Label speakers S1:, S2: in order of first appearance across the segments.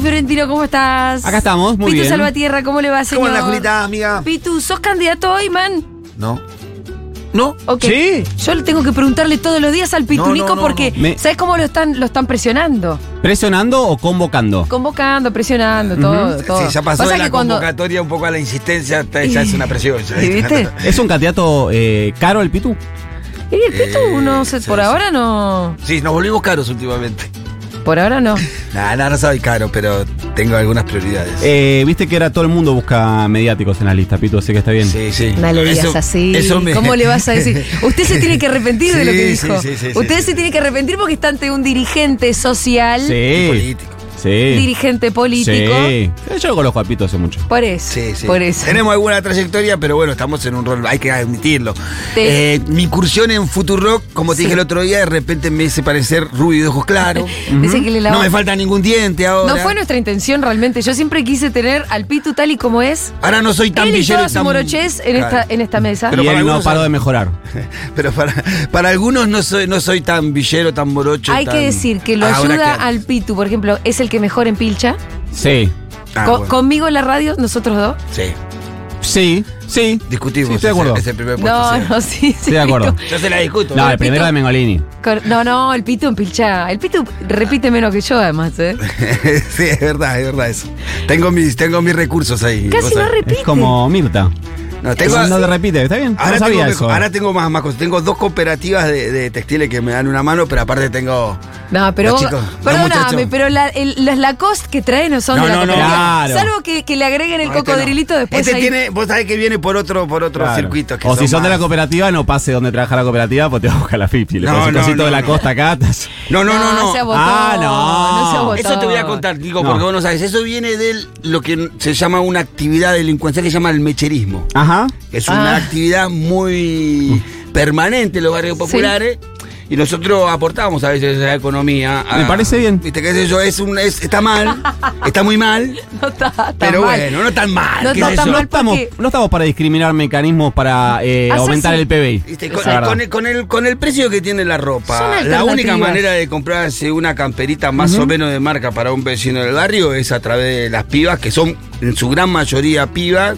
S1: Fiorentino, ¿cómo estás?
S2: Acá estamos, muy
S1: Pitu
S2: bien.
S1: Salvatierra, ¿cómo le va, señor?
S3: ¿Cómo andas, Julita, amiga?
S1: Pitu, ¿sos candidato hoy, man?
S3: No. ¿No?
S1: Ok.
S2: Sí.
S1: Yo le tengo que preguntarle todos los días al Pitunico
S3: No, no, no,
S1: porque
S2: no. Me-
S1: ¿sabes cómo lo están, lo están presionando?
S2: ¿Presionando o convocando?
S1: Convocando, presionando, todo, todo.
S3: Sí, ya pasó
S1: Pasa
S3: de la
S1: que cuando-
S3: convocatoria un poco a la insistencia, está- ya es una presión. ya.
S1: ¿Y viste?
S2: ¿Es un candidato eh, caro el Pitu?
S1: Y el Pitu,
S3: Eh,
S1: no sé,
S3: sí,
S1: por
S3: sí.
S1: ahora no.
S3: Sí, nos volvimos caros últimamente.
S1: Por ahora no.
S3: Nada, nada, no soy caro, pero tengo algunas prioridades.
S2: Eh, Viste que era todo el mundo busca mediáticos en la lista, Pitu, así que está bien.
S3: sí, sí.
S1: No le digas
S3: Eso-
S1: así.
S3: eso me-
S1: ¿Cómo le vas a decir? Usted se tiene que arrepentir de lo que
S3: Sí,
S1: dijo.
S3: sí, sí, sí,
S1: Usted se
S3: sí, sí.
S1: tiene que arrepentir porque está ante un dirigente social,
S2: Sí.
S3: Y político.
S2: Sí.
S1: dirigente político.
S2: Sí. Yo lo conozco a Pitu hace mucho.
S1: Por eso.
S3: Sí, sí.
S1: Por eso.
S3: Tenemos alguna trayectoria, pero bueno, estamos en un rol, hay que admitirlo.
S1: Te-
S3: Eh, mi incursión en Futurock, como te
S1: Sí.
S3: dije el otro día, de repente me hice parecer rubio de ojos claros.
S1: Dice que le lavó-
S3: No me falta ningún diente ahora.
S1: No fue nuestra intención realmente. Yo siempre quise tener al Pitu tal y como es.
S3: Ahora no soy tan
S1: Él y
S3: villero
S1: toda
S3: y
S1: su
S3: tan-
S1: morochés en
S3: Claro.
S1: esta, en esta mesa.
S3: Pero
S2: y
S3: para
S2: él no
S3: algunos-
S2: paró de mejorar.
S3: Pero para, para algunos no soy, no soy tan villero, tan morocho.
S1: Hay que
S3: tan- Ah,
S1: decir que lo
S3: Ahora
S1: ayuda
S3: que-
S1: al Pitu, por ejemplo, es el que mejor en pilcha.
S2: Sí.
S3: Ah,
S1: Co-
S3: bueno,
S1: Conmigo en la radio, nosotros dos.
S3: Sí,
S2: Sí. Sí.
S3: discutimos.
S2: Sí, estoy de
S3: ese-
S2: acuerdo.
S3: ese primer puesto,
S1: No,
S3: sí.
S1: no, sí, sí.
S2: Estoy de acuerdo.
S3: Yo se la discuto.
S2: No,
S3: ¿eh?
S2: el primero de Mengolini.
S1: Cor- No, no, el Pitu en pilcha. El Pitu repite menos que yo, además, ¿eh?
S3: sí, es verdad, es verdad eso. Tengo mis, tengo mis recursos ahí.
S1: Casi
S3: vos
S1: no
S3: sabés.
S1: repite.
S2: Es como Mirta.
S3: No, tengo-
S2: no le repite, está bien.
S3: Ahora,
S2: no
S3: tengo,
S2: sabía
S3: mejor-
S2: eso.
S3: ahora tengo más, más cosas. Tengo dos cooperativas de, de textiles que me dan una mano, pero aparte tengo.
S1: No, pero
S3: Los
S1: vos-
S3: chicos, los
S1: perdóname,
S3: muchachos.
S1: pero la- el- las Lacoste que trae no son
S3: No,
S1: de la
S3: no, no,
S1: cooperativa.
S2: claro.
S1: Salvo que, que le agreguen el
S3: No, este no.
S1: cocodrilito después
S3: Este
S1: ahí.
S3: tiene, vos sabés que viene por otro, por otro
S2: Claro.
S3: circuito. que
S2: o si son de la
S3: más-
S2: cooperativa, no pase donde trabaja la cooperativa, pues te va a buscar la FIPI. Le
S3: No,
S2: pones un
S3: no,
S2: cosito
S3: no,
S2: de la
S3: no.
S2: costa acá. estás-
S3: No, no, no, no.
S1: sea botón,
S2: Ah, no.
S1: no sea botón.
S3: Eso te voy a contar, digo,
S2: No.
S3: porque vos no sabes. Eso viene de lo que se llama una actividad delincuencial que se llama el mecherismo.
S2: Ajá.
S3: Es una
S1: Ah.
S3: actividad muy permanente en los barrios populares. Y nosotros aportamos a veces a la economía. a-
S2: Me parece bien.
S3: Viste, qué sé yo, es un, es- está mal, está muy mal,
S1: No está tan
S3: pero
S1: mal.
S3: bueno, no tan mal.
S1: No
S3: qué
S1: está
S3: sé
S1: tan
S3: yo.
S2: No
S1: mal.
S2: estamos,
S1: porque-
S2: no estamos para discriminar mecanismos para eh,
S1: Hacerse-
S2: aumentar el PBI.
S3: Viste,
S2: Esa
S3: con,
S2: es la verdad.
S3: con el, con el- con el precio que tiene la
S1: Son
S3: ropa, la
S1: alternativas.
S3: única manera de comprarse una camperita más o menos de marca para un vecino del barrio es a través de las pibas, que son en su gran mayoría pibas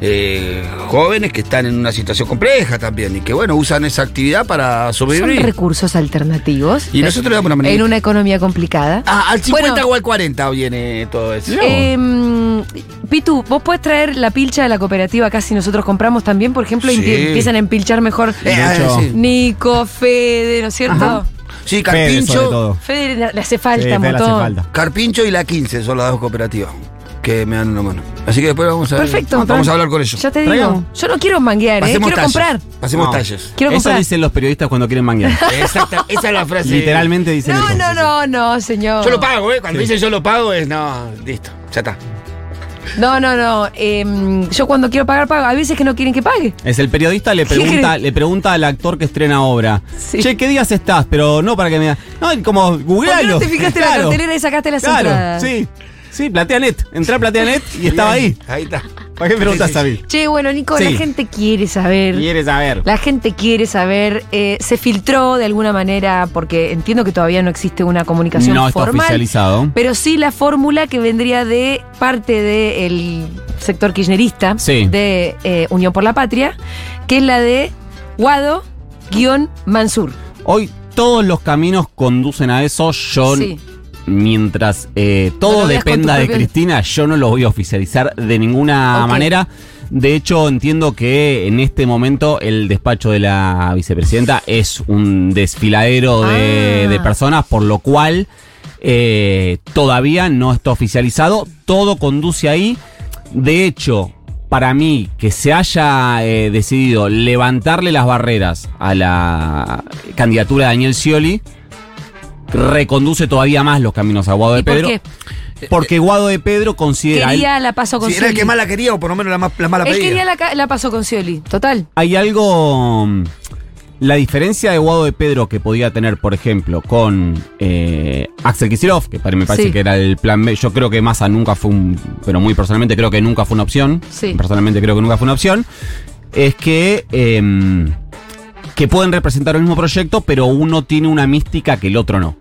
S3: eh, jóvenes que están en una situación compleja también y que, bueno, usan esa actividad para
S1: Son
S3: sobrevivir.
S1: recursos alternativos.
S3: Y nosotros le damos una manera.
S1: En una economía complicada.
S3: Ah, al 50
S1: Bueno.
S3: o al 40 viene todo eso.
S2: Mirá.
S1: Em, Pitu, vos podés traer la pilcha de la cooperativa acá si nosotros compramos también, por ejemplo, y
S3: Sí.
S1: empie- empiezan a empilchar mejor
S3: Eh,
S2: De hecho-
S3: sí.
S1: Nico, Fede, ¿no es cierto?
S2: Fede, sobre
S3: Sí, Carpincho,
S2: todo.
S1: Fede le- le hace
S2: Sí,
S1: falta un
S2: Fede le hace
S1: montón.
S2: falta.
S3: Carpincho y la 15 son las dos cooperativas que me dan una mano. Así que después vamos a,
S1: Perfecto.
S3: vamos a hablar con ellos.
S1: Ya te digo,
S2: Traigan.
S1: yo no quiero manguear, eh,
S3: Pasemos
S1: quiero
S3: talles.
S1: comprar.
S3: Pasemos
S2: No.
S3: talles.
S1: Quiero
S2: Eso
S1: comprar.
S2: dicen los periodistas cuando quieren manguear.
S3: Exacta, esa es la frase.
S2: Literalmente dicen
S1: No,
S2: eso.
S1: no, no, no, señor.
S3: Yo lo pago, ¿eh? Cuando dicen yo lo pago es no, listo, ya está.
S1: No, no, no. em, yo cuando quiero pagar, pago. Hay veces que no quieren que pague.
S2: Es el periodista le
S1: ¿Qué
S2: pregunta,
S1: crees?
S2: le pregunta al actor que estrena obra.
S1: Sí.
S2: Che, ¿qué días estás? Pero no para que me diga. No, y como
S1: ¿Por qué
S2: googlealo.
S1: no te fijaste en la cartelera y sacaste las
S2: Claro,
S1: entradas?
S2: sí. Sí, PlateaNet. Entré a PlateaNet y estaba ahí.
S3: Bien, Ahí está.
S2: ¿Para qué me preguntas a mí?
S1: Che, bueno, Nico,
S2: Sí.
S1: la gente quiere saber.
S2: Quieres saber.
S1: La gente quiere saber, eh, se filtró de alguna manera, porque entiendo que todavía no existe una comunicación
S2: No está
S1: formal.
S2: oficializado.
S1: Pero sí la fórmula que vendría de parte del sector kirchnerista
S2: Sí.
S1: de eh, Unión por la Patria, que es la de Guado-Mansur.
S2: Hoy todos los caminos conducen a eso. Yo,
S1: Sí.
S2: mientras eh,
S1: No
S2: todo
S1: lo veas con
S2: dependa
S1: tus
S2: de
S1: propios-
S2: Cristina, yo no lo voy a oficializar de ninguna
S1: Ok.
S2: manera. De hecho, entiendo que en este momento el despacho de la vicepresidenta es un desfiladero de,
S1: Ah.
S2: de personas, por lo cual eh, todavía no está oficializado. Todo conduce ahí. De hecho, para mí, que se haya eh, decidido levantarle las barreras a la candidatura de Daniel Scioli, reconduce todavía más los caminos a Guado
S1: ¿Y
S2: de
S1: por
S2: Pedro.
S1: qué?
S2: Porque Guado de Pedro considera. él-
S1: Quería la paso con
S3: Si era el
S1: Scioli.
S3: que más la quería o por lo menos la, más, la mala
S1: Él
S3: pedía.
S1: quería la, ca- la paso con Scioli, total.
S2: hay algo. mm, La diferencia de Guado de Pedro que podía tener, por ejemplo, con eh, Axel Kicillof, que para mí me parece
S1: Sí.
S2: que era el plan B. Yo creo que Massa nunca fue un. Pero muy personalmente creo que nunca fue una opción.
S1: Sí.
S2: Personalmente creo que nunca fue una opción. Es que. em, que pueden representar el mismo proyecto, pero uno tiene una mística que el otro no.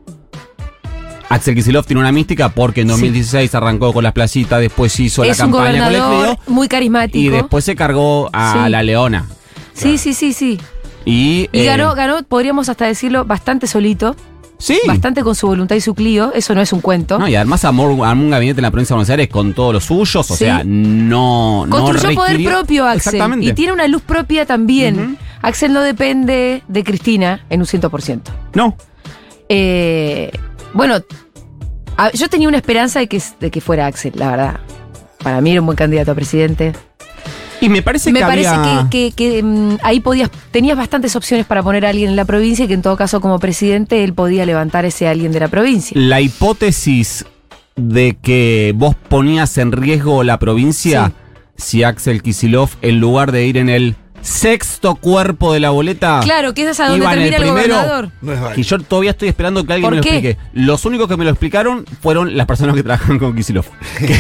S2: Axel Kicillof tiene una mística porque en 2016 arrancó con las placitas, después hizo
S1: es
S2: la
S1: un
S2: campaña con el
S1: gobernador
S2: Cleo,
S1: muy carismático.
S2: y después se cargó a
S1: Sí.
S2: la Leona.
S1: sí, sí, sí, sí.
S2: Y,
S1: Y
S2: eh,
S1: ganó, ganó, podríamos hasta decirlo, bastante solito,
S2: Sí.
S1: bastante con su voluntad y su clío. Eso no es un cuento.
S2: No, y además armó, armó un gabinete en la provincia de Buenos Aires con todos los suyos, o
S1: Sí.
S2: sea, no... no
S1: Construyó poder
S2: requirió-
S1: propio Axel.
S2: Exactamente.
S1: Y tiene una luz propia también. Axel no depende de Cristina en un 100%.
S2: No,
S1: Eh, bueno, a- yo tenía una esperanza de que, de que fuera Axel, la verdad. Para mí era un buen candidato a presidente.
S2: y me parece
S1: Me
S2: que
S1: parece
S2: había-
S1: que, que- que, mm, ahí podías, tenías bastantes opciones para poner a alguien en la provincia y que en todo caso como presidente él podía levantar ese alguien de la provincia.
S2: la hipótesis de que vos ponías en riesgo la provincia si Axel Kisilov, en lugar de ir en el sexto cuerpo de la boleta,
S1: Claro, que es a donde
S2: iba en el
S1: termina el,
S2: primero.
S1: gobernador.
S3: No es
S2: Y
S3: válido.
S2: yo todavía estoy esperando que alguien
S1: ¿Por
S2: me lo
S1: qué?
S2: explique. Los únicos que me lo explicaron fueron las personas que trabajan con Kisilov.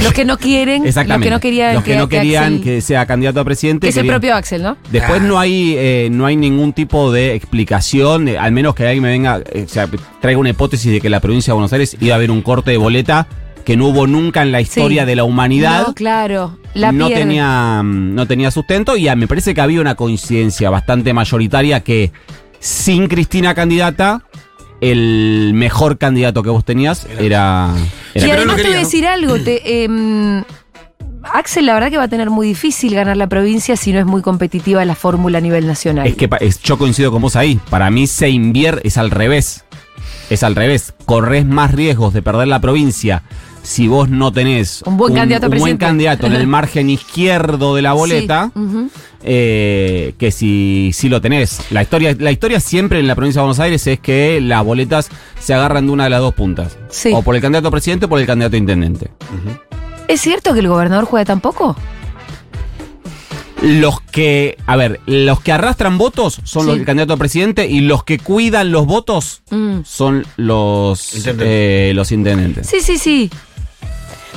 S1: Los que no quieren, los
S2: Exactamente.
S1: que no querían,
S2: Los que, no querían
S1: Axel-
S2: que sea candidato a presidente.
S1: que es el
S2: querían-
S1: propio Axel, ¿no?
S2: Después
S3: Ah.
S2: no hay eh, no hay ningún tipo de explicación, eh, al menos que alguien me venga, eh, o sea, traiga una hipótesis de que en la provincia de Buenos Aires iba a haber un corte de boleta que no hubo nunca en la historia
S1: Sí.
S2: de la humanidad.
S1: No, claro. La
S2: no
S1: pierde.
S2: tenía mm, no tenía sustento y ah, me parece que había una coincidencia bastante mayoritaria que sin Cristina candidata el mejor candidato que vos tenías era, era-
S1: y
S3: pero no
S1: además te voy
S3: quería,
S1: a
S3: ¿no?
S1: decir algo. te, em, Axel, la verdad que va a tener muy difícil ganar la provincia si no es muy competitiva la fórmula a nivel nacional.
S2: Es que pa- es- yo coincido con vos ahí. Para mí se invierte, es al revés. Es al revés. Corres más riesgos de perder la provincia si vos no tenés
S1: Un buen candidato a
S2: un buen
S1: presidente.
S2: candidato en el margen izquierdo de la
S1: Sí,
S2: boleta
S1: ujú.
S2: eh, que si, si lo tenés. La historia, la historia siempre en la provincia de Buenos Aires es que las boletas se agarran de una de las dos puntas.
S1: Sí.
S2: O por el candidato a presidente o por el candidato a intendente.
S1: ¿Es cierto que el gobernador juega tampoco?
S2: Los que, a ver, los que arrastran votos son
S1: Sí.
S2: los del candidato a presidente y los que cuidan los votos
S1: Mm.
S2: son los,
S3: Intendentes.
S2: eh, los intendentes.
S1: Sí, sí, sí.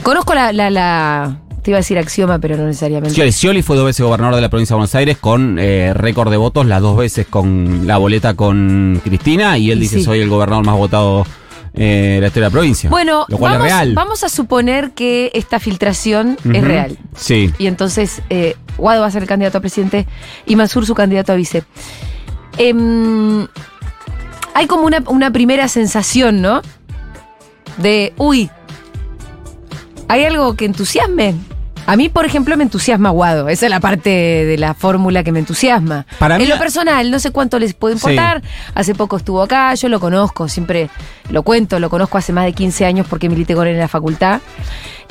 S1: Conozco la, la, la- Te iba a decir axioma, pero no necesariamente.
S2: Scioli, Scioli fue dos veces gobernador de la provincia de Buenos Aires con eh, récord de votos, las dos veces con la boleta con Cristina y él
S1: Y
S2: dice
S1: sí.
S2: soy el gobernador más votado eh, de la historia de la provincia.
S1: Bueno,
S2: lo cual
S1: vamos,
S2: es real.
S1: vamos a suponer que esta filtración es
S2: Ujú.
S1: real.
S2: Sí.
S1: Y entonces eh, Guado va a ser el candidato a presidente y Mansur su candidato a vice. Em, hay como una, una primera sensación, ¿no? De, uy, hay algo que entusiasme. A mí, por ejemplo, me entusiasma Guado. Esa es la parte de la fórmula que me entusiasma.
S2: Para
S1: en
S2: mí
S1: lo
S2: la-
S1: personal, no sé cuánto les puede importar. Hace poco estuvo acá, yo lo conozco, siempre lo cuento, lo conozco hace más de 15 años porque milité con él en la facultad.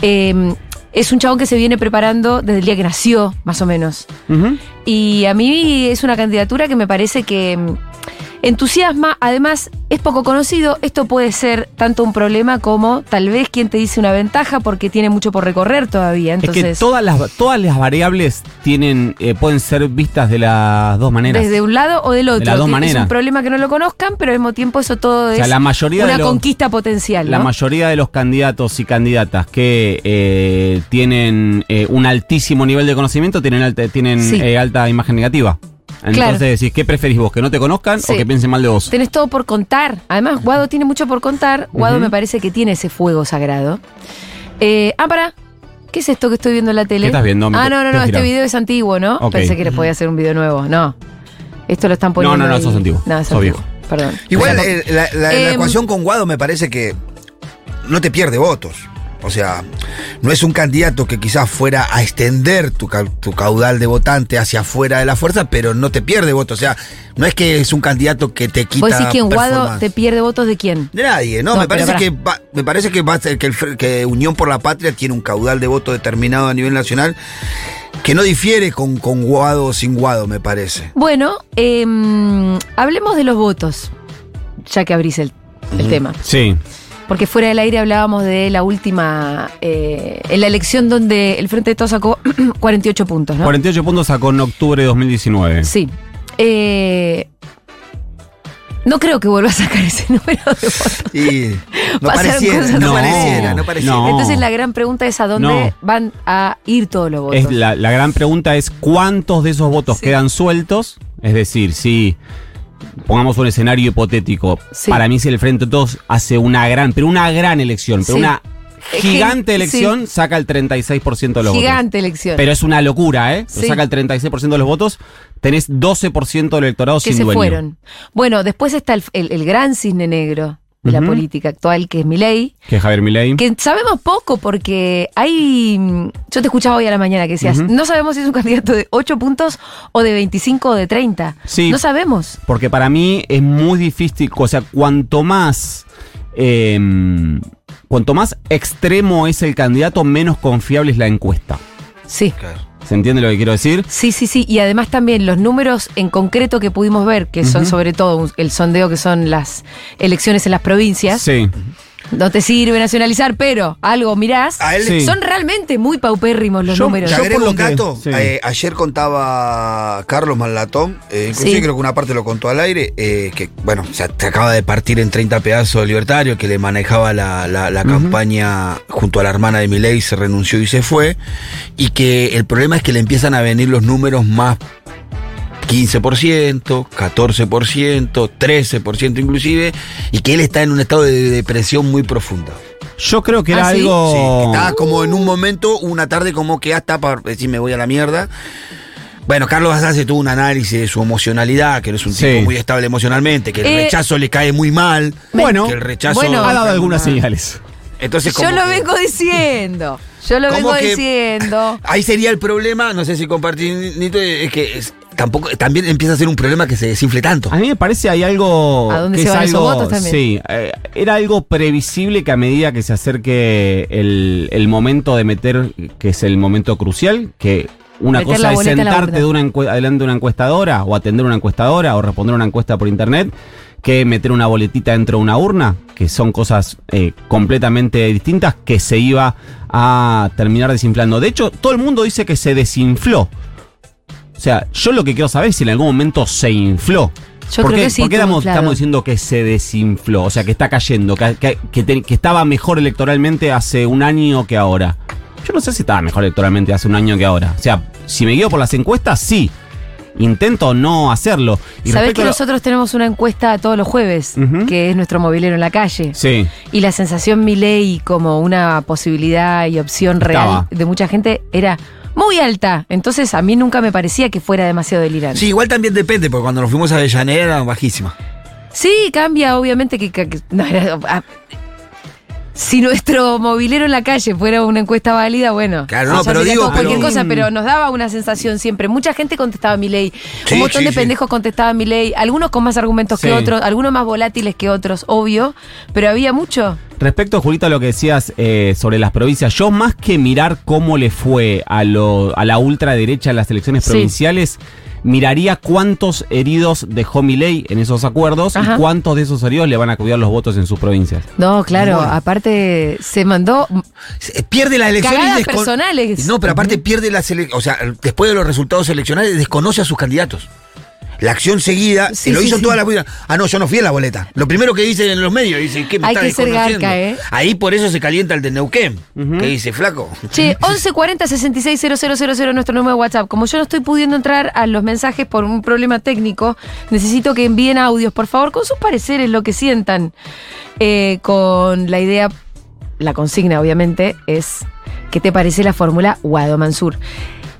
S1: Eh, es un chabón que se viene preparando desde el día que nació, más o menos.
S2: Ujú.
S1: Y a mí es una candidatura que me parece que mm, entusiasma. Además, es poco conocido. Esto puede ser tanto un problema como tal vez quien te dice una ventaja porque tiene mucho por recorrer todavía. Entonces,
S2: es que todas las, todas las variables tienen, eh, pueden ser vistas de las dos maneras.
S1: desde un lado o del otro.
S2: las dos
S1: Ti- Es
S2: maneras.
S1: un problema que no lo conozcan, pero al mismo tiempo eso todo
S2: O sea,
S1: es
S2: la mayoría
S1: una
S2: de los-
S1: conquista potencial.
S2: La
S1: ¿no?
S2: mayoría de los candidatos y candidatas que eh, tienen eh, un altísimo nivel de conocimiento tienen alta, tienen,
S1: Sí.
S2: eh, alta imagen negativa. Entonces
S1: Claro.
S2: decís, ¿qué preferís vos? ¿Que no te conozcan
S1: Sí.
S2: o que piensen mal de vos?
S1: Tenés todo por contar. Además, Guado tiene mucho por contar. Guado me parece que tiene ese fuego sagrado. Eh, ah, pará. ¿Qué es esto que estoy viendo en la tele?
S2: ¿Qué estás viendo? Me
S1: Ah,
S2: te-
S1: no, no,
S2: te
S1: no.
S2: has
S1: Este
S2: girado.
S1: video es antiguo, ¿no?
S2: Ok.
S1: Pensé que les podía hacer un video nuevo. No. Esto lo están poniendo.
S2: No, no, no,
S1: ahí.
S2: sos antiguo.
S1: No, es
S2: Sos
S1: antiguo.
S2: viejo.
S1: Perdón.
S3: Igual
S1: Pero-
S3: eh, la, la- la
S1: Em.
S3: ecuación con Guado me parece que no te pierde votos. O sea, no es un candidato que quizás fuera a extender tu, ca- tu caudal de votante hacia afuera de la fuerza, pero no te pierde votos. O sea, no es que es un candidato que te quita.
S1: ¿Vos decís quién? ¿Guado
S3: performance.
S1: te pierde votos de quién?
S3: De nadie, no,
S1: No,
S3: me,
S1: pero
S3: parece
S1: pará.
S3: que va- me parece que va a ser que, el fr- que Unión por la Patria tiene un caudal de voto determinado a nivel nacional que no difiere con, con Guado o sin Guado, me parece.
S1: Bueno, em, hablemos de los votos, ya que abrís el, el tema.
S2: Sí.
S1: Porque fuera del aire hablábamos de la última, eh, en la elección donde el Frente de Todos sacó 48 puntos, ¿no?
S2: 48 puntos sacó en octubre de 2019.
S1: Sí. Eh, no creo que vuelva a sacar ese número de votos.
S3: Y no
S1: Pasaron
S3: pareciera,
S1: cosas
S3: no,
S1: raras.
S3: pareciera, no pareciera.
S2: No.
S1: Entonces la gran pregunta es a dónde
S2: No.
S1: van a ir todos los votos.
S2: Es la, la gran pregunta es cuántos de esos votos
S1: Sí.
S2: quedan sueltos. Es decir, si pongamos un escenario hipotético,
S1: Sí.
S2: para mí si el Frente de Todos hace una gran, pero una gran elección, pero
S1: Sí.
S2: una
S1: Eh,
S2: gigante
S1: gen-
S2: elección, saca el 36% de los votos.
S1: Gigante elección.
S2: Pero es una locura, ¿eh?
S1: Sí.
S2: Saca el 36% de los votos, tenés 12% del electorado
S1: que
S2: sin
S1: se
S2: dueño.
S1: fueron. Bueno, después está el, el- el gran cisne negro de la
S2: Ujú.
S1: política actual, que es Milei,
S2: Que es Javier Milei.
S1: que sabemos poco porque hay... mm, Yo te escuchaba hoy a la mañana que decías, no sabemos si es un candidato de 8 puntos o de 25 o de 30.
S2: Sí.
S1: No sabemos.
S2: Porque para mí es muy difícil, o sea, cuanto más... eh, cuanto más extremo es el candidato, menos confiable es la encuesta.
S1: Sí.
S3: Claro.
S2: ¿Se entiende lo que quiero decir?
S1: Sí, sí, sí. Y además también los números en concreto que pudimos ver, que son sobre todo un- el sondeo que son las elecciones en las provincias,
S2: Sí.
S1: no te sirve nacionalizar, pero algo mirás,
S3: A él
S2: Sí.
S1: son realmente muy paupérrimos los
S2: Yo-
S1: números.
S2: yo
S3: Te agrego
S2: por lo
S3: un
S2: que-
S3: dato.
S2: sí.
S3: Eh, ayer contaba Carlos Malatón, eh, inclusive
S1: Sí.
S3: creo que una parte lo contó al aire, eh, que bueno, se, se acaba de partir en 30 pedazos el libertario que le manejaba la, la- la campaña junto a la hermana de Milei, se renunció y se fue, y que el problema es que le empiezan a venir los números más 15%, 14%, 13% inclusive, y que él está en un estado de depresión muy profunda.
S2: Yo creo que
S1: Ah,
S2: era
S1: ¿sí?
S2: algo.
S3: Sí, estaba como en un momento, una tarde como que ah, hasta para decir eh, me voy a la mierda. Bueno, Carlos Hace tuvo un análisis de su emocionalidad, que no es un
S2: Sí.
S3: tipo muy estable emocionalmente, que el
S1: Eh,
S3: rechazo le cae muy mal.
S2: Bueno,
S3: que el rechazo.
S1: bueno.
S2: ha dado algunas señales.
S3: Entonces,
S1: Yo
S3: como
S1: lo
S3: que-
S1: vengo diciendo. Yo lo
S3: como
S1: vengo
S3: que-
S1: diciendo.
S3: Ahí sería el problema, no sé si compartís, Nito, es que es- tampoco, también empieza a ser un problema que se desinfle tanto.
S2: A mí me parece hay algo.
S1: ¿A dónde
S2: que
S1: se
S2: es
S1: van esos
S2: algo-
S1: votos también?
S2: Sí, eh, era algo previsible que a medida que se acerque el, el momento de meter, que es el momento crucial, que una
S1: Meter la
S2: cosa es
S1: boleta en la
S2: sentarte
S1: urna.
S2: de una encue- adelante de una encuestadora o atender una encuestadora o responder una encuesta por internet que meter una boletita dentro de una urna, que son cosas eh, completamente distintas que se iba a terminar desinflando. De hecho, todo el mundo dice que se desinfló. O sea, yo lo que quiero saber es si en algún momento se infló.
S1: Yo
S2: ¿Por
S1: creo
S2: qué,
S1: que sí,
S2: por
S1: estuvo
S2: qué estamos,
S1: inflado.
S2: estamos diciendo que se desinfló? O sea, que está cayendo, que, que- que te- que estaba mejor electoralmente hace un año que ahora. Yo no sé si estaba mejor electoralmente hace un año que ahora. O sea, si me guío por las encuestas, sí. Intento no hacerlo. Y
S1: Sabés
S2: respecto
S1: que
S2: a lo-
S1: nosotros tenemos una encuesta todos los jueves,
S2: Ujú.
S1: que es nuestro movilero en la calle.
S2: Sí.
S1: Y la sensación Milei como una posibilidad y opción real
S2: Estaba.
S1: de mucha gente era muy alta. Entonces a mí nunca me parecía que fuera demasiado delirante.
S3: Sí, igual también depende, porque cuando nos fuimos a Avellaneda era bajísima.
S1: Sí, cambia, obviamente que... que- que- no, era- ah, si nuestro movilero en la calle fuera una encuesta válida, bueno,
S3: Claro, no,
S1: ya
S3: pero
S1: sería
S3: digo,
S1: todo
S3: pero-
S1: cualquier cosa, pero nos daba una sensación siempre. Mucha gente contestaba mi ley,
S3: Sí,
S1: un montón
S3: sí,
S1: de
S3: sí.
S1: pendejos contestaba mi ley, algunos con más argumentos
S2: Sí.
S1: que otros, algunos más volátiles que otros, obvio, pero había mucho.
S2: Respecto, Julito, a lo que decías eh, sobre las provincias, yo más que mirar cómo le fue a, lo- a la ultraderecha en las elecciones
S1: Sí.
S2: provinciales, miraría cuántos heridos dejó Milei en esos acuerdos
S1: Ajá.
S2: y cuántos de esos heridos le van a cuidar los votos en sus provincias.
S1: No, claro,
S3: Bueno.
S1: aparte se mandó
S3: Se- Eh, Pierde las elecciones.
S1: Cagadas
S3: y descon-
S1: personales.
S3: No, pero aparte pierde las elecciones. O sea, después de los resultados eleccionales, desconoce a sus candidatos. La acción seguida,
S1: Sí,
S3: se lo
S1: sí,
S3: hizo
S1: sí.
S3: toda la vida. Ah, no, yo no fui a la boleta. Lo primero que dicen en los medios, dicen que me
S1: Hay
S3: está
S1: que ser
S3: desconociendo?
S1: garca, ¿eh?
S3: Ahí por eso se calienta el de Neuquén, que dice, flaco.
S1: Che, 1140 000 nuestro número de WhatsApp. Como yo no estoy pudiendo entrar a los mensajes por un problema técnico, necesito que envíen audios, por favor, con sus pareceres, lo que sientan. Eh, con la idea, la consigna, obviamente, es ¿qué te parece la fórmula Guado Mansur?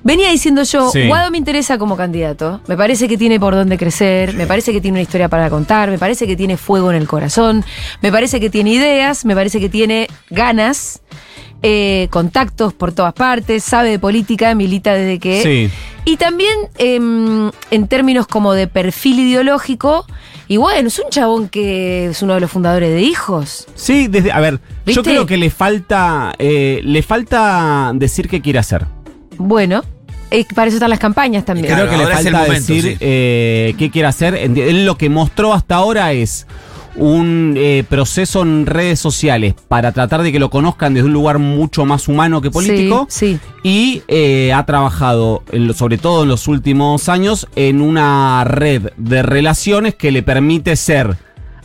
S1: Venía diciendo yo,
S2: Sí.
S1: Guado me interesa como candidato. Me parece que tiene por dónde crecer, me parece que tiene una historia para contar, me parece que tiene fuego en el corazón, me parece que tiene ideas, me parece que tiene ganas eh, contactos por todas partes, sabe de política, milita desde que...
S2: Sí.
S1: Y también em, en términos como de perfil ideológico, y bueno, es un chabón que es uno de los fundadores de Hijos.
S2: Sí, desde, a ver,
S1: ¿Viste?
S2: yo creo que le falta, eh, le falta decir qué quiere hacer.
S1: Bueno, eh, para eso están las campañas también.
S3: Claro,
S2: creo que le
S3: ahora es el
S2: falta
S3: momento,
S2: decir
S3: sí.
S2: eh, qué quiere hacer. Enti- Él lo que mostró hasta ahora es un eh, proceso en redes sociales para tratar de que lo conozcan desde un lugar mucho más humano que político.
S1: Sí, sí.
S2: Y eh, ha trabajado, en lo- sobre todo en los últimos años, en una red de relaciones que le permite ser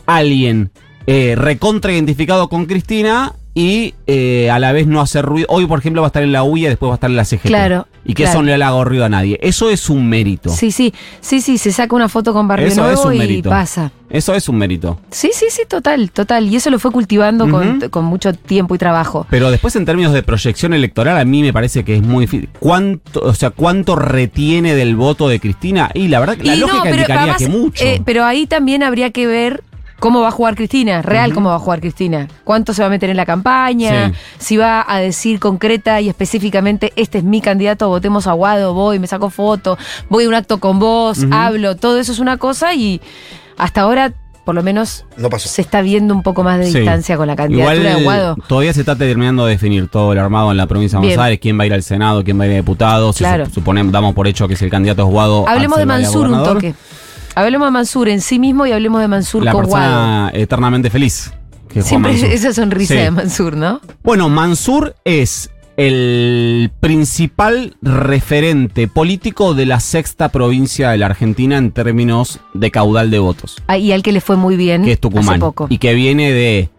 S2: alguien eh, recontra identificado con Cristina y eh, a la vez no hacer ruido. Hoy, por ejemplo, va a estar en la UIA, después va a estar en la CGT.
S1: Claro,
S2: Y que
S1: claro.
S2: eso no le haga ruido a nadie. Eso es un mérito.
S1: Sí, sí, sí, sí, se saca una foto con Barrio
S2: eso
S1: Nuevo
S2: es un
S1: y
S2: mérito.
S1: pasa.
S2: Eso es un mérito.
S1: Sí, sí, sí, total, total. Y eso lo fue cultivando con,
S2: Ujú.
S1: con mucho tiempo y trabajo.
S2: Pero después en términos de proyección electoral a mí me parece que es muy difícil. ¿Cuánto, o sea, cuánto retiene del voto de Cristina? Y la verdad que la
S1: Y no,
S2: lógica
S1: pero
S2: indicaría
S1: además,
S2: que mucho.
S1: eh, pero ahí también habría que ver cómo va a jugar Cristina, real cómo va a jugar Cristina. Cuánto se va a meter en la campaña,
S2: Sí.
S1: si va a decir concreta y específicamente, este es mi candidato, votemos a Guado, voy, me saco foto, voy a un acto con vos,
S2: Ujú.
S1: hablo, todo eso es una cosa y hasta ahora, por lo menos,
S3: No pasó.
S1: se está viendo un poco más de
S2: Sí.
S1: distancia con la candidatura
S2: Igual,
S1: de Guado.
S2: Todavía se está terminando de definir todo el armado en la provincia de
S1: Bien.
S2: Buenos Aires, quién va a ir al Senado, quién va a ir a diputados. Si
S1: Claro.
S2: su- suponemos, damos por hecho que si el candidato es Guado.
S1: Hablemos de
S2: Axel va a ir a
S1: Mansur un
S2: gobernador.
S1: toque. Hablemos de Mansur en sí mismo y hablemos de Mansur
S2: La
S1: con Guado.
S2: persona eternamente feliz. que es Juan
S1: Siempre
S2: Mansur.
S1: esa sonrisa
S2: Sí.
S1: de Mansur, ¿no?
S2: Bueno, Mansur es el principal referente político de la sexta provincia de la Argentina en términos de caudal de votos,
S1: Ah, y al que le fue muy bien
S2: que es Tucumán.
S1: hace poco.
S2: Y que viene de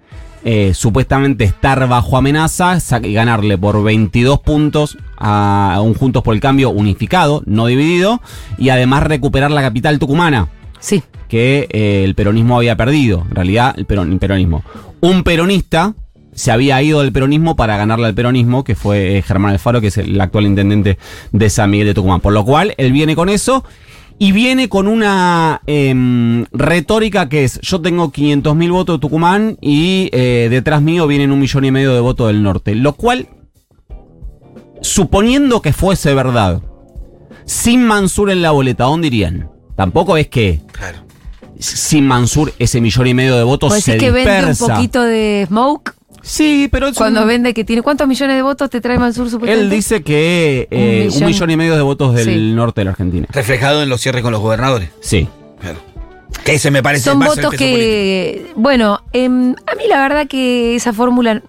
S2: eh, supuestamente estar bajo amenaza sa- y ganarle por 22 puntos a un Juntos por el Cambio unificado, no dividido, y además recuperar la capital tucumana
S1: Sí,
S2: que eh, el peronismo había perdido. En realidad, el, peron- el peronismo. Un peronista se había ido del peronismo para ganarle al peronismo, que fue eh, Germán Alfaro, que es el actual intendente de San Miguel de Tucumán. Por lo cual, él viene con eso. Y viene con una em, retórica que es, yo tengo 500.000 votos de Tucumán y eh, detrás mío vienen un millón y medio de votos del norte. Lo cual, suponiendo que fuese verdad, sin Mansur en la boleta, ¿a ¿dónde irían? Tampoco es que
S3: Claro.
S2: sin Mansur ese millón y medio de votos
S1: pues
S2: se
S1: es que vende un
S2: dispersa.
S1: poquito de smoke
S2: Sí, pero es
S1: cuando
S2: un-
S1: vende que tiene cuántos millones de votos te trae Mansur supuestamente.
S2: él dice que
S1: Un
S2: eh, un,
S1: millón.
S2: millón. y medio de votos del
S1: Sí.
S2: norte de la Argentina.
S3: Reflejado en los cierres con los gobernadores.
S2: Sí.
S3: Claro. Que ese me parece
S1: son
S3: más el
S1: votos
S3: peso político.
S1: que bueno, em, a mí la verdad que esa fórmula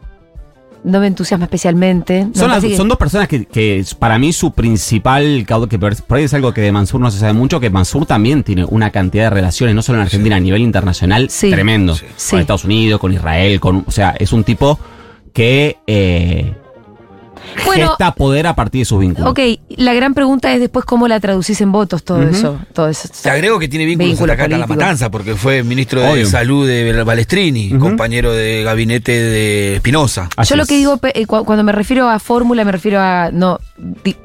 S1: no me entusiasma especialmente. Me
S2: Son, las-
S1: parece que-
S2: son dos personas que, que es para mí su principal caudo, que por por ahí es algo que de Mansur no se sabe mucho, que Mansur también tiene una cantidad de relaciones, no solo en Argentina, a nivel internacional,
S1: Sí.
S2: tremendo.
S3: Sí.
S1: Sí.
S2: Con Estados Unidos, con Israel, con. O sea, es un tipo que eh,
S1: Bueno,
S2: gesta poder a partir de sus vínculos.
S1: Ok, la gran pregunta es después cómo la traducís en votos todo eso, todo eso.
S3: Te agrego que tiene vínculos
S1: Vínculo
S3: hasta acá en la
S1: político.
S3: matanza, porque fue ministro de
S2: Obvio.
S3: Salud de Balestrini,
S2: Ujú.
S3: compañero de gabinete de Espinosa.
S2: Así
S1: Yo lo
S2: es.
S1: que digo, pe- eh, cu- cuando me refiero a fórmula, me refiero a. No. di-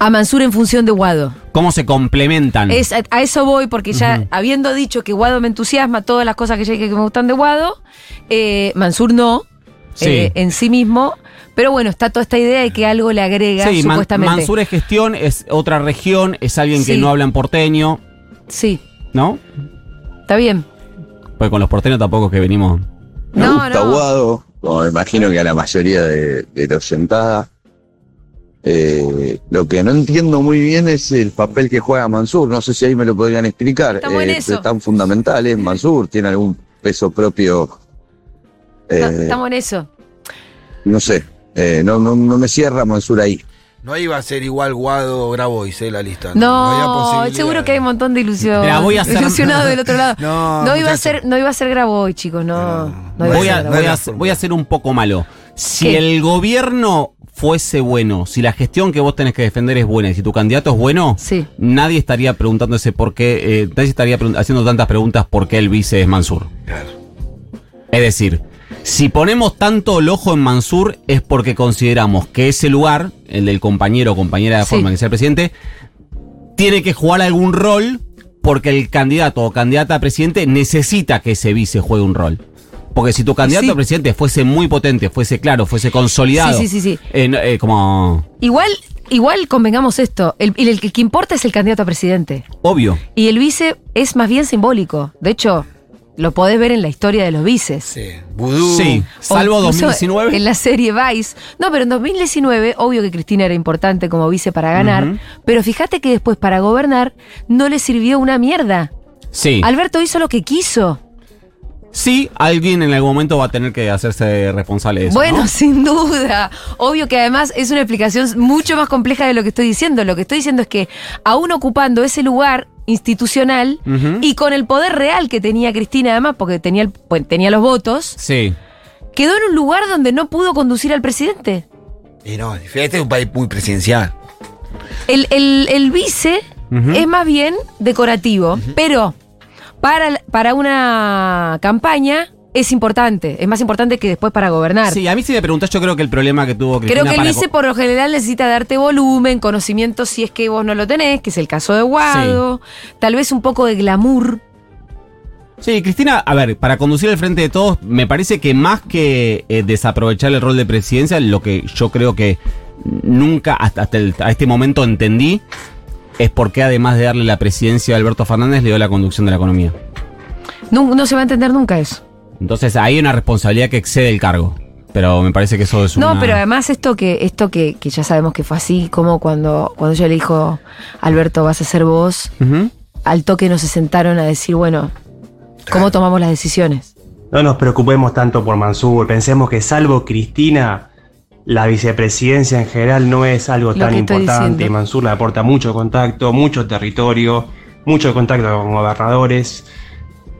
S1: a Mansur en función de Guado.
S2: ¿Cómo se complementan?
S1: Es, a, a eso voy, porque ya habiendo dicho que Guado me entusiasma, todas las cosas que ya dije que me gustan de Guado, eh, Mansur no,
S2: Sí.
S1: eh, en sí mismo. Pero bueno, está toda esta idea de que algo le agrega,
S2: Sí, Man-
S1: supuestamente.
S2: Mansur es gestión, es otra región, es alguien que
S1: Sí.
S2: no habla en porteño,
S1: Sí,
S2: ¿no?
S1: está bien.
S2: Pues con los porteños tampoco es que venimos.
S4: Me
S1: no,
S4: gusta
S1: no.
S4: Guado, como me imagino que a la mayoría de, de los sentada. Eh, lo que no entiendo muy bien es el papel que juega Mansur. No sé si ahí me lo podrían explicar.
S1: Estamos en
S4: Eh,
S1: eso.
S4: Es tan fundamental, es Mansur, tiene algún peso propio. Eh,
S1: No, Estamos en eso.
S4: No sé, Eh, no, no, no me cierra Mansur ahí.
S3: No iba a ser igual Guado Grabois, eh, la lista.
S1: No,
S3: había
S1: seguro que hay un
S3: posibilidades.
S1: montón de ilusión.
S2: Mira, voy a hacer-
S1: Ilusionado del otro lado.
S3: No,
S1: No iba a
S3: muchacho.
S1: ser, no iba a ser Grabois, chicos, no.
S3: No,
S1: no iba
S2: Voy a,
S1: ser
S3: no
S1: Grabois.
S2: voy, a,
S3: era
S2: ser-
S3: por-
S2: voy a ser un poco malo. Si
S1: ¿Qué?
S2: el gobierno fuese bueno, si la gestión que vos tenés que defender es buena y si tu candidato es bueno,
S1: Sí.
S2: nadie estaría preguntándose por qué, eh, nadie estaría pregun- haciendo tantas preguntas por qué el vice es Mansur.
S3: Claro.
S2: Es decir, si ponemos tanto el ojo en Mansur es porque consideramos que ese lugar, el del compañero o compañera de
S1: Sí.
S2: forma que sea el presidente, tiene que jugar algún rol porque el candidato o candidata a presidente necesita que ese vice juegue un rol. Porque si tu candidato
S1: Sí.
S2: a presidente fuese muy potente, fuese claro, fuese consolidado.
S1: Sí, sí, sí, sí.
S2: eh, no, eh, como
S1: Igual, igual convengamos esto. El, el- el que importa es el candidato a presidente.
S2: obvio.
S1: Y el vice es más bien simbólico. De hecho, lo podés ver en la historia de los vices.
S3: Sí. Vudú.
S2: Sí, salvo
S1: O incluso
S2: 2019.
S1: En la serie Vice. No, pero en 2019, obvio que Cristina era importante como vice para ganar.
S2: Ujú.
S1: Pero fíjate que después para gobernar no le sirvió una mierda.
S2: Sí.
S1: Alberto hizo lo que quiso.
S2: Sí, alguien en algún momento va a tener que hacerse responsable de eso.
S1: Bueno,
S2: ¿no?
S1: sin duda. Obvio que además es una explicación mucho más compleja de lo que estoy diciendo. Lo que estoy diciendo es que aún ocupando ese lugar institucional
S2: Ujú.
S1: y con el poder real que tenía Cristina además, porque tenía, el- pues, tenía los votos,
S2: Sí.
S1: quedó en un lugar donde no pudo conducir al presidente.
S3: Y no, este es un país muy presidencial.
S1: El, el- el vice
S2: Ujú.
S1: es más bien decorativo, pero para, para una campaña es importante, es más importante que después para gobernar.
S2: Sí, a mí si me preguntás, yo creo que el problema que tuvo Cristina
S1: Creo que el
S2: para-
S1: vice por lo general necesita darte volumen, conocimiento si es que vos no lo tenés, que es el caso de Guado, tal vez un poco de glamour.
S2: Sí, Cristina, a ver, para conducir al frente de todos, me parece que más que eh, desaprovechar el rol de presidencia, lo que yo creo que nunca hasta, hasta el- a este momento entendí es por qué además de darle la presidencia a Alberto Fernández, le dio la conducción de la economía.
S1: No, no se va a entender nunca eso.
S2: Entonces ahí hay una responsabilidad que excede el cargo. Pero me parece que eso es
S1: No,
S2: una-
S1: pero em, además esto que esto que, que ya sabemos que fue así, como cuando, cuando ella le dijo, Alberto, vas a ser vos,
S2: Ujú.
S1: al toque nos se sentaron a decir, bueno, ¿cómo tomamos las decisiones?
S5: No nos preocupemos tanto por Mansur, pensemos que salvo Cristina, la vicepresidencia en general no es algo
S1: Lo
S5: tan
S1: que estoy
S5: importante y
S1: diciendo.
S5: Mansur le aporta mucho contacto, mucho territorio, mucho contacto con gobernadores.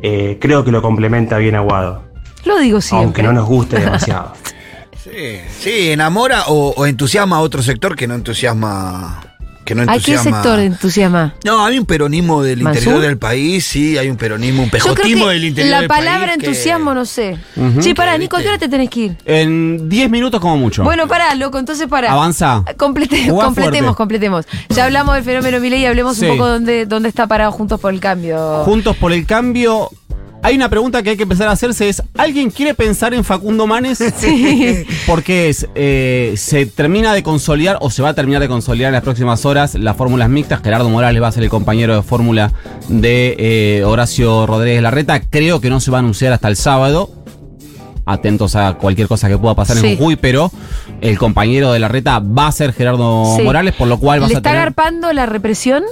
S5: Eh, creo que lo complementa bien Aguado,
S1: Lo digo
S5: aunque
S1: siempre.
S5: no nos guste demasiado.
S3: Sí, sí, enamora o, o entusiasma a otro sector que no entusiasma. Que no
S1: ¿A qué
S3: entusiasma.
S1: sector entusiasma?
S3: No, hay un peronismo del
S1: ¿Mansur?
S3: interior del país, sí, hay un peronismo,
S1: Yo
S3: un
S1: creo
S3: pejotismo del
S1: que
S3: interior
S1: la
S3: del
S1: palabra
S3: país que-
S1: entusiasmo no sé.
S2: Ujú.
S1: Sí, pará,
S3: Que,
S1: Nico, ¿a ¿qué
S3: viste,
S1: hora te tenés que ir?
S2: En 10 minutos como mucho.
S1: Bueno, pará, loco, entonces pará.
S2: Avanza.
S1: Complete-
S2: Jugá
S1: completemos,
S2: fuerte.
S1: completemos. Ya hablamos del fenómeno Milei y hablemos
S2: Sí.
S1: un poco dónde, dónde está parado Juntos por el Cambio.
S2: Juntos por el cambio. Hay una pregunta que hay que empezar a hacerse es, ¿alguien quiere pensar en Facundo Manes?
S1: Sí.
S2: Porque es, eh, se termina de consolidar o se va a terminar de consolidar en las próximas horas las fórmulas mixtas. Gerardo Morales va a ser el compañero de fórmula de eh, Horacio Rodríguez Larreta. Creo que no se va a anunciar hasta el sábado. Atentos a cualquier cosa que pueda pasar
S1: Sí.
S2: en Jujuy, pero el compañero de Larreta va a ser Gerardo
S1: Sí.
S2: Morales, por lo cual vas
S1: ¿Le
S2: a
S1: está
S2: tener...
S1: garpando la represión?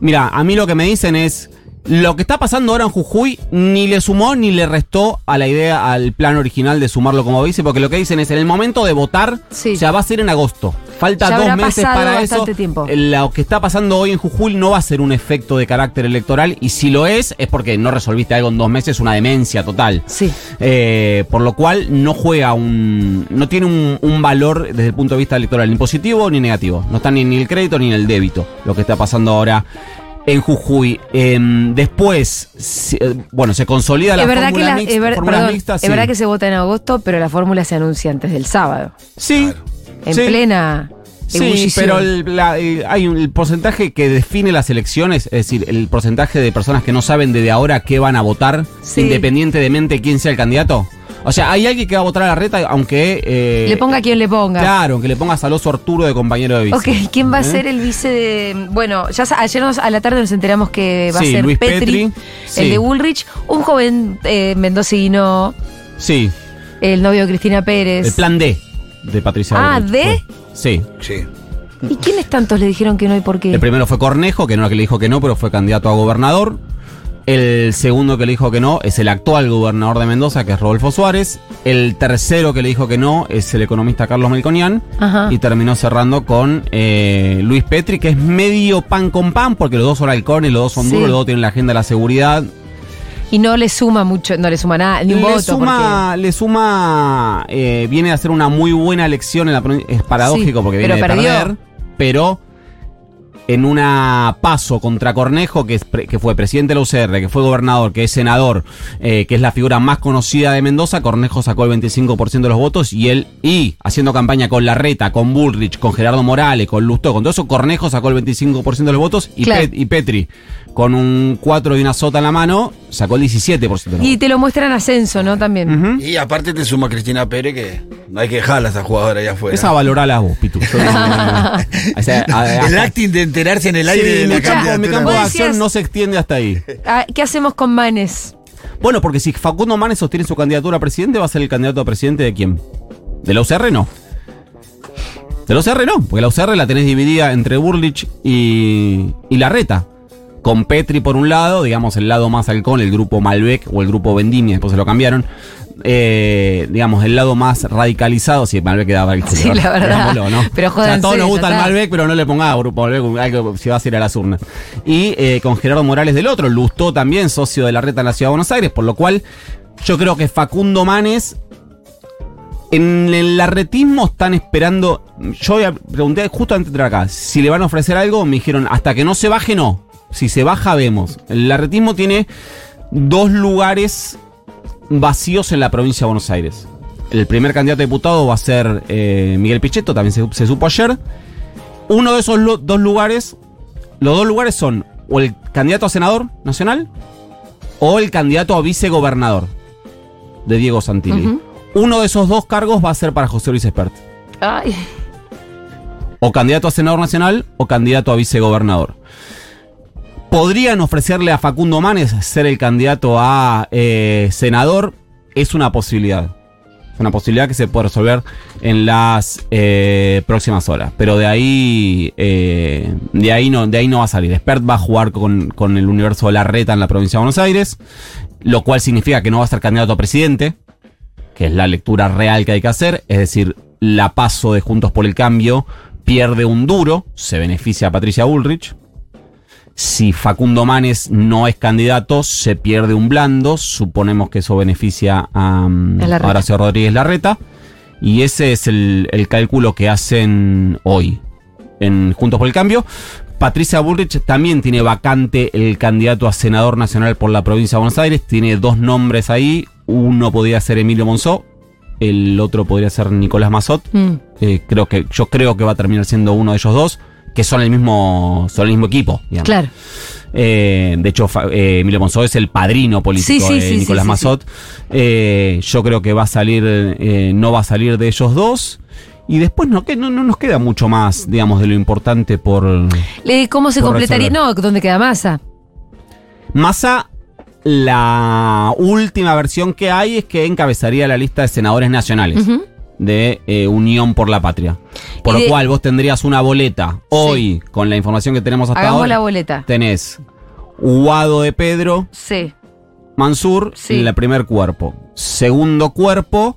S2: Mira, a mí lo que me dicen es. Lo que está pasando ahora en Jujuy ni le sumó ni le restó a la idea, al plan original de sumarlo como vice, porque lo que dicen es en el momento de votar,
S1: Sí.
S2: o sea, va a ser en agosto. Falta
S1: Ya
S2: dos
S1: habrá
S2: meses
S1: pasado
S2: para eso.
S1: bastante tiempo.
S2: Lo que está pasando hoy en Jujuy no va a ser un efecto de carácter electoral, y si lo es, es porque no resolviste algo en dos meses, una demencia total.
S1: Sí.
S2: Eh, por lo cual no juega un. no tiene un, un valor desde el punto de vista electoral, ni positivo ni negativo. No está ni en el crédito ni en el débito, lo que está pasando ahora en Jujuy. Em, después, si- eh, bueno, se consolida la
S1: Es verdad, que
S2: fórmula
S1: la-
S2: mix-
S1: es ver-
S2: fórmula
S1: perdón,
S2: mixta,
S1: es
S2: sí.
S1: verdad que se vota en agosto, pero la fórmula se anuncia antes del sábado.
S2: Sí,
S1: En
S2: Sí.
S1: plena
S2: Sí,
S1: ebullición.
S2: pero el, la- eh, hay un el porcentaje que define las elecciones, es decir, el porcentaje de personas que no saben desde ahora qué van a votar,
S1: Sí.
S2: independientemente de quién sea el candidato. O sea, hay alguien que va a votar a la reta, aunque. eh,
S1: Le ponga quien le ponga.
S2: Claro, que le pongas al oso Arturo de compañero de vice.
S1: Ok, ¿quién va a
S2: ¿Eh?
S1: ser el vice de.? Bueno, ya sa- ayer nos- a la tarde nos enteramos que va
S2: Sí,
S1: a ser
S2: Luis
S1: Petri,
S2: Petri,
S1: el
S2: sí.
S1: de Woolrich, un joven eh, mendocino,
S2: Sí,
S1: el novio de Cristina Pérez.
S2: el plan D de Patricia.
S1: Ah,
S2: Bullrich.
S1: ¿D?
S2: Sí.
S3: Sí.
S1: ¿Y quiénes tantos le dijeron que no y por qué?
S2: El primero fue Cornejo, que no era que le dijo que no, pero fue candidato a gobernador. El segundo que le dijo que no es el actual gobernador de Mendoza, que es Rodolfo Suárez. El tercero que le dijo que no es el economista Carlos Melconian.
S1: Ajá.
S2: Y terminó cerrando con eh, Luis Petri, que es medio pan con pan, porque los dos son halcones, los dos son
S1: Sí.
S2: duros, los dos tienen la agenda de la seguridad.
S1: Y no le suma mucho, no le suma nada, ni un
S2: le
S1: voto.
S2: Suma, Le suma, eh, viene a hacer una muy buena elección en la provin- Es paradójico
S1: Sí,
S2: porque viene de
S1: pero perdió.
S2: perder, pero en una paso contra Cornejo, que, es pre- que fue presidente de la UCR, que fue gobernador, que es senador, eh, que es la figura más conocida de Mendoza, Cornejo sacó el 25% de los votos y él, y haciendo campaña con Larreta, con Bullrich, con Gerardo Morales, con Lustó, con todo eso, Cornejo sacó el 25% de los votos y,
S1: Claro.
S2: Pet- y Petri, con un 4 y una sota en la mano, sacó el 17% de los
S1: porque-
S2: votos.
S1: Y te lo muestran ascenso, ¿no? También.
S2: Ujú.
S3: Y aparte te suma Cristina Pérez que no hay que dejarla a esa jugadora allá afuera.
S2: Esa valorala vos, Pitu. Yo no- o sea, a- a-
S3: el acting de enterarse en el aire
S2: Sí,
S3: de
S2: mi
S3: la
S1: escuchá,
S2: campo, mi
S3: candidatura.
S2: campo de
S1: Vos
S2: acción
S1: decías-
S2: no se extiende hasta ahí.
S1: Ah, ¿Qué hacemos con Manes?
S2: Bueno, porque si Facundo Manes sostiene su candidatura a presidente, va a ser el candidato a presidente de quién? ¿De la UCR no? De la UCR no, porque la UCR la tenés dividida entre Burlich y, y Larreta. Con Petri por un lado, digamos el lado más halcón, el grupo Malbec o el grupo Vendimia, después se lo cambiaron. Eh, digamos, el lado más radicalizado, sí, Malbec quedaba el
S1: Sí, la verdad.
S2: digámoslo, ¿no?
S1: Pero
S2: O sea, a
S1: jódanse,
S2: todos nos
S1: ya
S2: gusta el
S1: está.
S2: Malbec, pero no le ponga grupo Malbec, algo, si vas a ir a las urnas. Y eh, con Gerardo Morales del otro, Lustó también, socio de la reta en la Ciudad de Buenos Aires, por lo cual yo creo que Facundo Manes En el arretismo están esperando. Yo había- pregunté justo antes de entrar acá si le van a ofrecer algo. Me dijeron, hasta que no se baje, no. Si se baja, vemos. El arretismo tiene dos lugares vacíos en la provincia de Buenos Aires. El primer candidato a diputado va a ser eh, Miguel Pichetto, también se, se supo ayer. Uno de esos lu- dos lugares, los dos lugares son o el candidato a senador nacional o el candidato a vicegobernador de Diego Santilli.
S1: Ujú.
S2: Uno de esos dos cargos va a ser para José Luis Espert.
S1: Ay,
S2: O candidato a senador nacional o candidato a vicegobernador. Podrían ofrecerle a Facundo Manes ser el candidato a eh, senador. Es una posibilidad. Es una posibilidad que se puede resolver en las eh, próximas horas. Pero de ahí, eh, de, ahí no, de ahí no va a salir. Expert va a jugar con, con el universo de la reta en la provincia de Buenos Aires. Lo cual significa que no va a ser candidato a presidente que es la lectura real que hay que hacer, es decir, la paso de Juntos por el Cambio pierde un duro, se beneficia a Patricia Bullrich. Si Facundo Manes no es candidato, se pierde un blando, suponemos que eso beneficia a, um,
S1: A Larreta.
S2: a Horacio Rodríguez Larreta. Y ese es el, el cálculo que hacen hoy en Juntos por el Cambio. Patricia Bullrich también tiene vacante el candidato a senador nacional por la provincia de Buenos Aires. Tiene dos nombres ahí. Uno podría ser Emilio Monzó, el otro podría ser Nicolás Mazot.
S1: mm.
S2: Eh, creo que, yo creo que va a terminar siendo uno de ellos dos, que son el mismo, son el mismo equipo. digamos.
S1: claro.
S2: Eh, de hecho, fa- eh, Emilio Monzó es el padrino político
S1: Sí, sí,
S2: de
S1: sí,
S2: Nicolás
S1: sí, sí, sí.
S2: Mazot. Eh, yo creo que va a salir, eh, no va a salir de ellos dos. Y después no, que no, no nos queda mucho más, digamos, de lo importante por...
S1: Eh, ¿Cómo se
S2: Por
S1: completaría? No, ¿dónde queda masa?
S2: Massa, la última versión que hay es que encabezaría la lista de senadores nacionales
S1: Ujú.
S2: de eh, Unión por la Patria. Por
S1: Y
S2: lo
S1: de-
S2: cual vos tendrías una boleta hoy, con la información que tenemos hasta
S1: Hagamos la
S2: ahora.
S1: boleta.
S2: Tenés Guado de Pedro,
S1: Sí.
S2: Mansur,
S1: Sí.
S2: el primer cuerpo. Segundo cuerpo,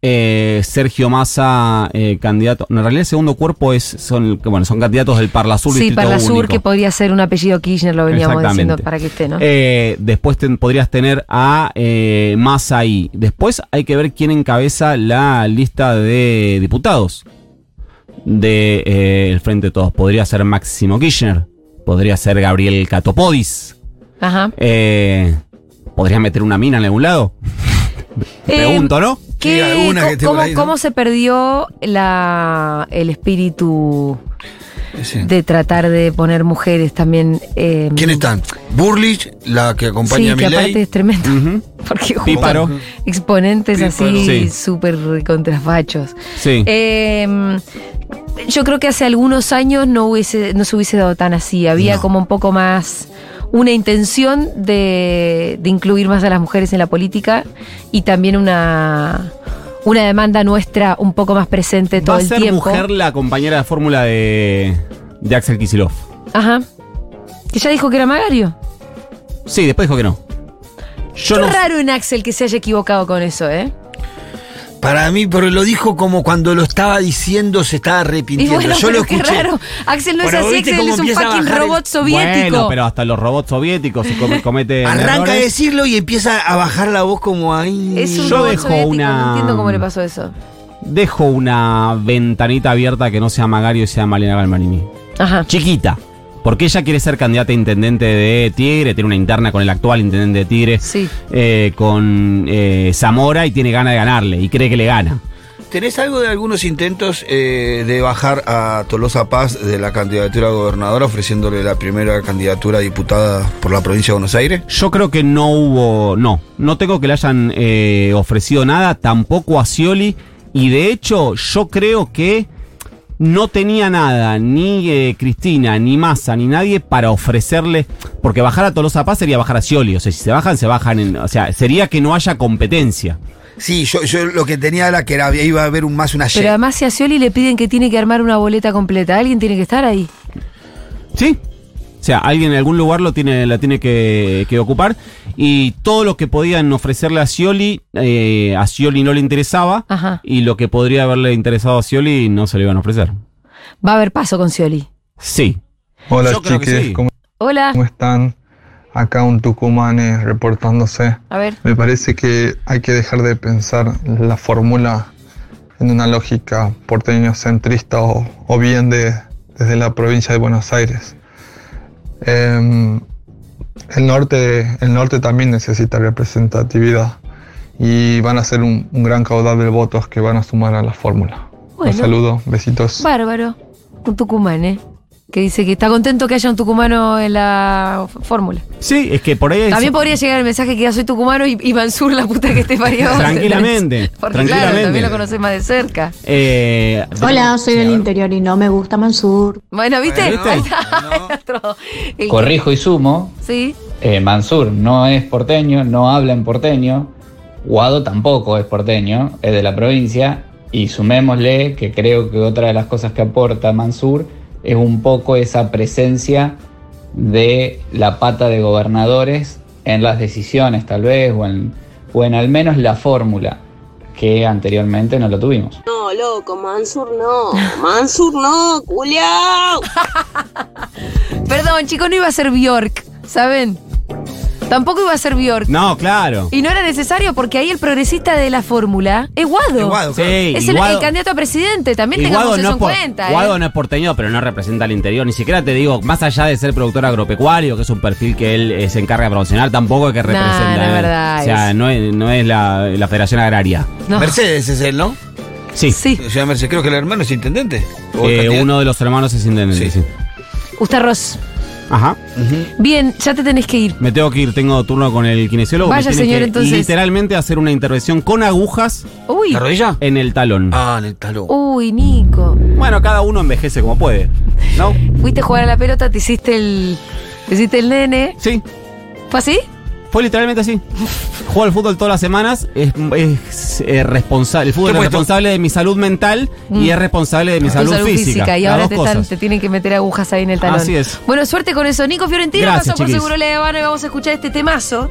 S2: eh, Sergio Massa, eh, candidato. No, en realidad el segundo cuerpo es, son, bueno, son candidatos del Parla Sur,
S1: Sí,
S2: Distrito
S1: para la Sur,
S2: Único.
S1: que podría ser un apellido Kirchner, lo veníamos
S2: Exactamente.
S1: diciendo para que esté, ¿no?
S2: Eh, después ten- podrías tener a eh, Massa ahí. Después hay que ver quién encabeza la lista de diputados del de, eh, el Frente de Todos. Podría ser Máximo Kirchner, podría ser Gabriel Catopodis.
S1: Ajá.
S2: Eh, ¿Podrías meter una mina en algún lado?
S1: Eh,
S2: Pregunto, ¿no?
S1: ¿Qué-
S3: Sí, alguna que esté por
S1: ¿Cómo,
S3: ahí, ¿no?
S1: cómo se perdió la, el espíritu
S3: Sí.
S1: de tratar de poner mujeres también? eh,
S3: ¿Quién están? Burlich, la que acompaña
S1: Sí,
S3: a
S1: que aparte
S3: Milei.
S1: es tremendo.
S2: Ujú.
S1: Porque juntan
S2: Píparo.
S1: exponentes
S3: Píparo.
S1: así
S2: Sí.
S1: súper contrafachos.
S2: Sí.
S1: Eh, yo creo que hace algunos años no, hubiese, no se hubiese dado tan así. Había
S3: No.
S1: como un poco más una intención de, de incluir más a las mujeres en la política y también una, una demanda nuestra un poco más presente todo
S2: Va a
S1: el
S2: ser
S1: tiempo.
S2: mujer la compañera de fórmula de, de Axel Kisilov.
S1: Ajá. Que ya dijo que era Magario.
S2: Sí, después dijo que no. Yo
S1: Qué
S2: no.
S1: raro en Axel que se haya equivocado con eso, ¿eh?
S3: Para mí, pero lo dijo como cuando lo estaba diciendo, se estaba
S1: Y
S3: arrepintiendo.
S1: bueno,
S3: Yo lo
S1: pero qué
S3: escuché.
S1: raro. Axel no
S3: Bueno,
S1: es así,
S3: ¿viste
S1: Axel
S3: cómo
S1: es un
S3: empieza a
S1: fucking
S3: bajar el-
S1: robot soviético.
S2: Bueno, pero hasta los robots soviéticos se come- cometen.
S3: Arranca a
S2: errores.
S3: decirlo y empieza a bajar la voz como ahí.
S1: Es un
S2: Yo
S1: robot
S2: dejo
S1: soviético,
S2: una-
S1: no entiendo cómo le pasó eso.
S2: Dejo una ventanita abierta que no sea Magario y sea Malena Galmanini.
S1: Ajá.
S2: Chiquita. Porque ella quiere ser candidata a intendente de Tigre, tiene una interna con el actual intendente de Tigre,
S1: Sí.
S2: eh, con eh, Zamora, y tiene ganas de ganarle, y cree que le gana.
S3: ¿Tenés algo de algunos intentos eh, de bajar a Tolosa Paz de la candidatura a gobernadora, ofreciéndole la primera candidatura a diputada por la provincia de Buenos Aires?
S2: Yo creo que no hubo. No, no tengo que le hayan eh, ofrecido nada, tampoco a Scioli. Y de hecho, yo creo que no tenía nada, ni eh, Cristina, ni Massa, ni nadie para ofrecerle. Porque bajar a Tolosa Paz sería bajar a Scioli. O sea, si se bajan, se bajan. en- o sea, sería que no haya competencia.
S3: Sí, yo, yo lo que tenía era que era, iba a haber un más una Y.
S1: Pero además si a Scioli le piden que tiene que armar una boleta completa, alguien tiene que estar ahí.
S2: Sí. O sea, alguien en algún lugar lo tiene, la tiene que, que ocupar. Y todo lo que podían ofrecerle a Scioli, eh, a Scioli no le interesaba.
S1: Ajá.
S2: Y lo que podría haberle interesado a Scioli no se lo iban a ofrecer.
S1: Va a haber paso con Scioli.
S2: Sí.
S6: Hola
S2: Yo creo que
S6: chiques,
S2: sí.
S6: ¿cómo
S1: Hola.
S6: están? Acá un tucumanes reportándose.
S1: A ver.
S6: Me parece que hay que dejar de pensar la fórmula en una lógica porteño centrista o, o bien de, desde la provincia de Buenos Aires. Em, el, norte, el norte también necesita representatividad y van a ser un, un gran caudal de votos que van a sumar a la fórmula.
S1: Bueno.
S6: Un saludo, besitos.
S1: Bárbaro. Un tucumán, ¿eh? Que dice que está contento que haya un tucumano en la f- fórmula.
S2: Sí, es que por ahí... es-
S1: También podría llegar el mensaje que ya soy tucumano y, y Mansur, la puta que te parió.
S2: Tranquilamente,
S1: Porque claro,
S2: tranquilamente.
S1: también lo conoces más de cerca.
S2: eh,
S7: Hola, soy
S2: Sí, a
S7: del
S2: ver.
S7: interior y no me gusta Mansur.
S1: Bueno, ¿viste?
S3: Bueno,
S1: Ahí está.
S3: bueno.
S1: Otro. El-
S8: Corrijo y sumo,
S1: Sí.
S8: eh, Mansur no es porteño, no habla en porteño, Guado tampoco es porteño, es de la provincia, y sumémosle que creo que otra de las cosas que aporta Mansur es un poco esa presencia de la pata de gobernadores en las decisiones tal vez, o en, o en al menos la fórmula, que anteriormente no lo tuvimos.
S9: No, loco, Mansur no. Mansur no, culiao.
S1: Perdón, chicos, no iba a ser Bjork, ¿saben? Tampoco iba a ser Bjork.
S2: No, claro.
S1: Y no era necesario porque ahí el progresista de la fórmula es Guado.
S3: Es Guado, claro.
S2: Sí,
S1: Es
S2: y
S1: el,
S2: Guado-
S1: el candidato a presidente, también
S2: y
S1: tengamos
S2: Guado
S1: eso
S2: no es
S1: en
S2: por-
S1: cuenta. ¿eh?
S2: Guado no es porteño, pero no representa al interior. Ni siquiera te digo, más allá de ser productor agropecuario, que es un perfil que él eh, se encarga de promocionar, tampoco es que
S1: No,
S2: representa.
S1: no es
S2: a él.
S1: verdad,
S2: O sea,
S1: es-
S2: no es, no es la, la Federación Agraria.
S1: No.
S3: Mercedes es él, ¿no?
S2: Sí.
S1: Sí.
S3: Se llama Mercedes, creo que el hermano es intendente. O
S2: Eh,
S3: el candidato.
S2: uno de los hermanos es intendente.
S3: Sí.
S2: Sí.
S1: Ustarros.
S2: Ajá.
S1: Bien, ya te tenés que ir.
S2: Me tengo que ir, tengo turno con el kinesiólogo.
S1: Vaya,
S2: Me tiene
S1: señor,
S2: que
S1: entonces.
S2: Literalmente hacer una intervención con agujas
S1: Uy.
S3: ¿La rodilla?
S2: en el talón.
S3: Ah, en el talón.
S1: Uy, Nico.
S2: Bueno, cada uno envejece como puede. ¿No?
S1: Fuiste a jugar a la pelota, te hiciste el. Te hiciste el nene.
S2: Sí.
S1: ¿Fue así?
S2: Fue literalmente así. Juego al fútbol todas las semanas. Es, es, eh, responsable. El fútbol
S3: ¿Qué
S2: es
S3: puesto?
S2: responsable de mi salud mental y es responsable de mi
S1: Tu
S2: salud, física.
S1: Y
S2: Las
S1: ahora
S2: dos
S1: te, están-
S2: cosas.
S1: te tienen que meter agujas ahí en el talón.
S2: Así es.
S1: Bueno, suerte con eso. Nico Fiorentino
S2: Gracias,
S1: pasó por
S2: chiquis.
S1: Seguro La Habana y vamos a escuchar este temazo.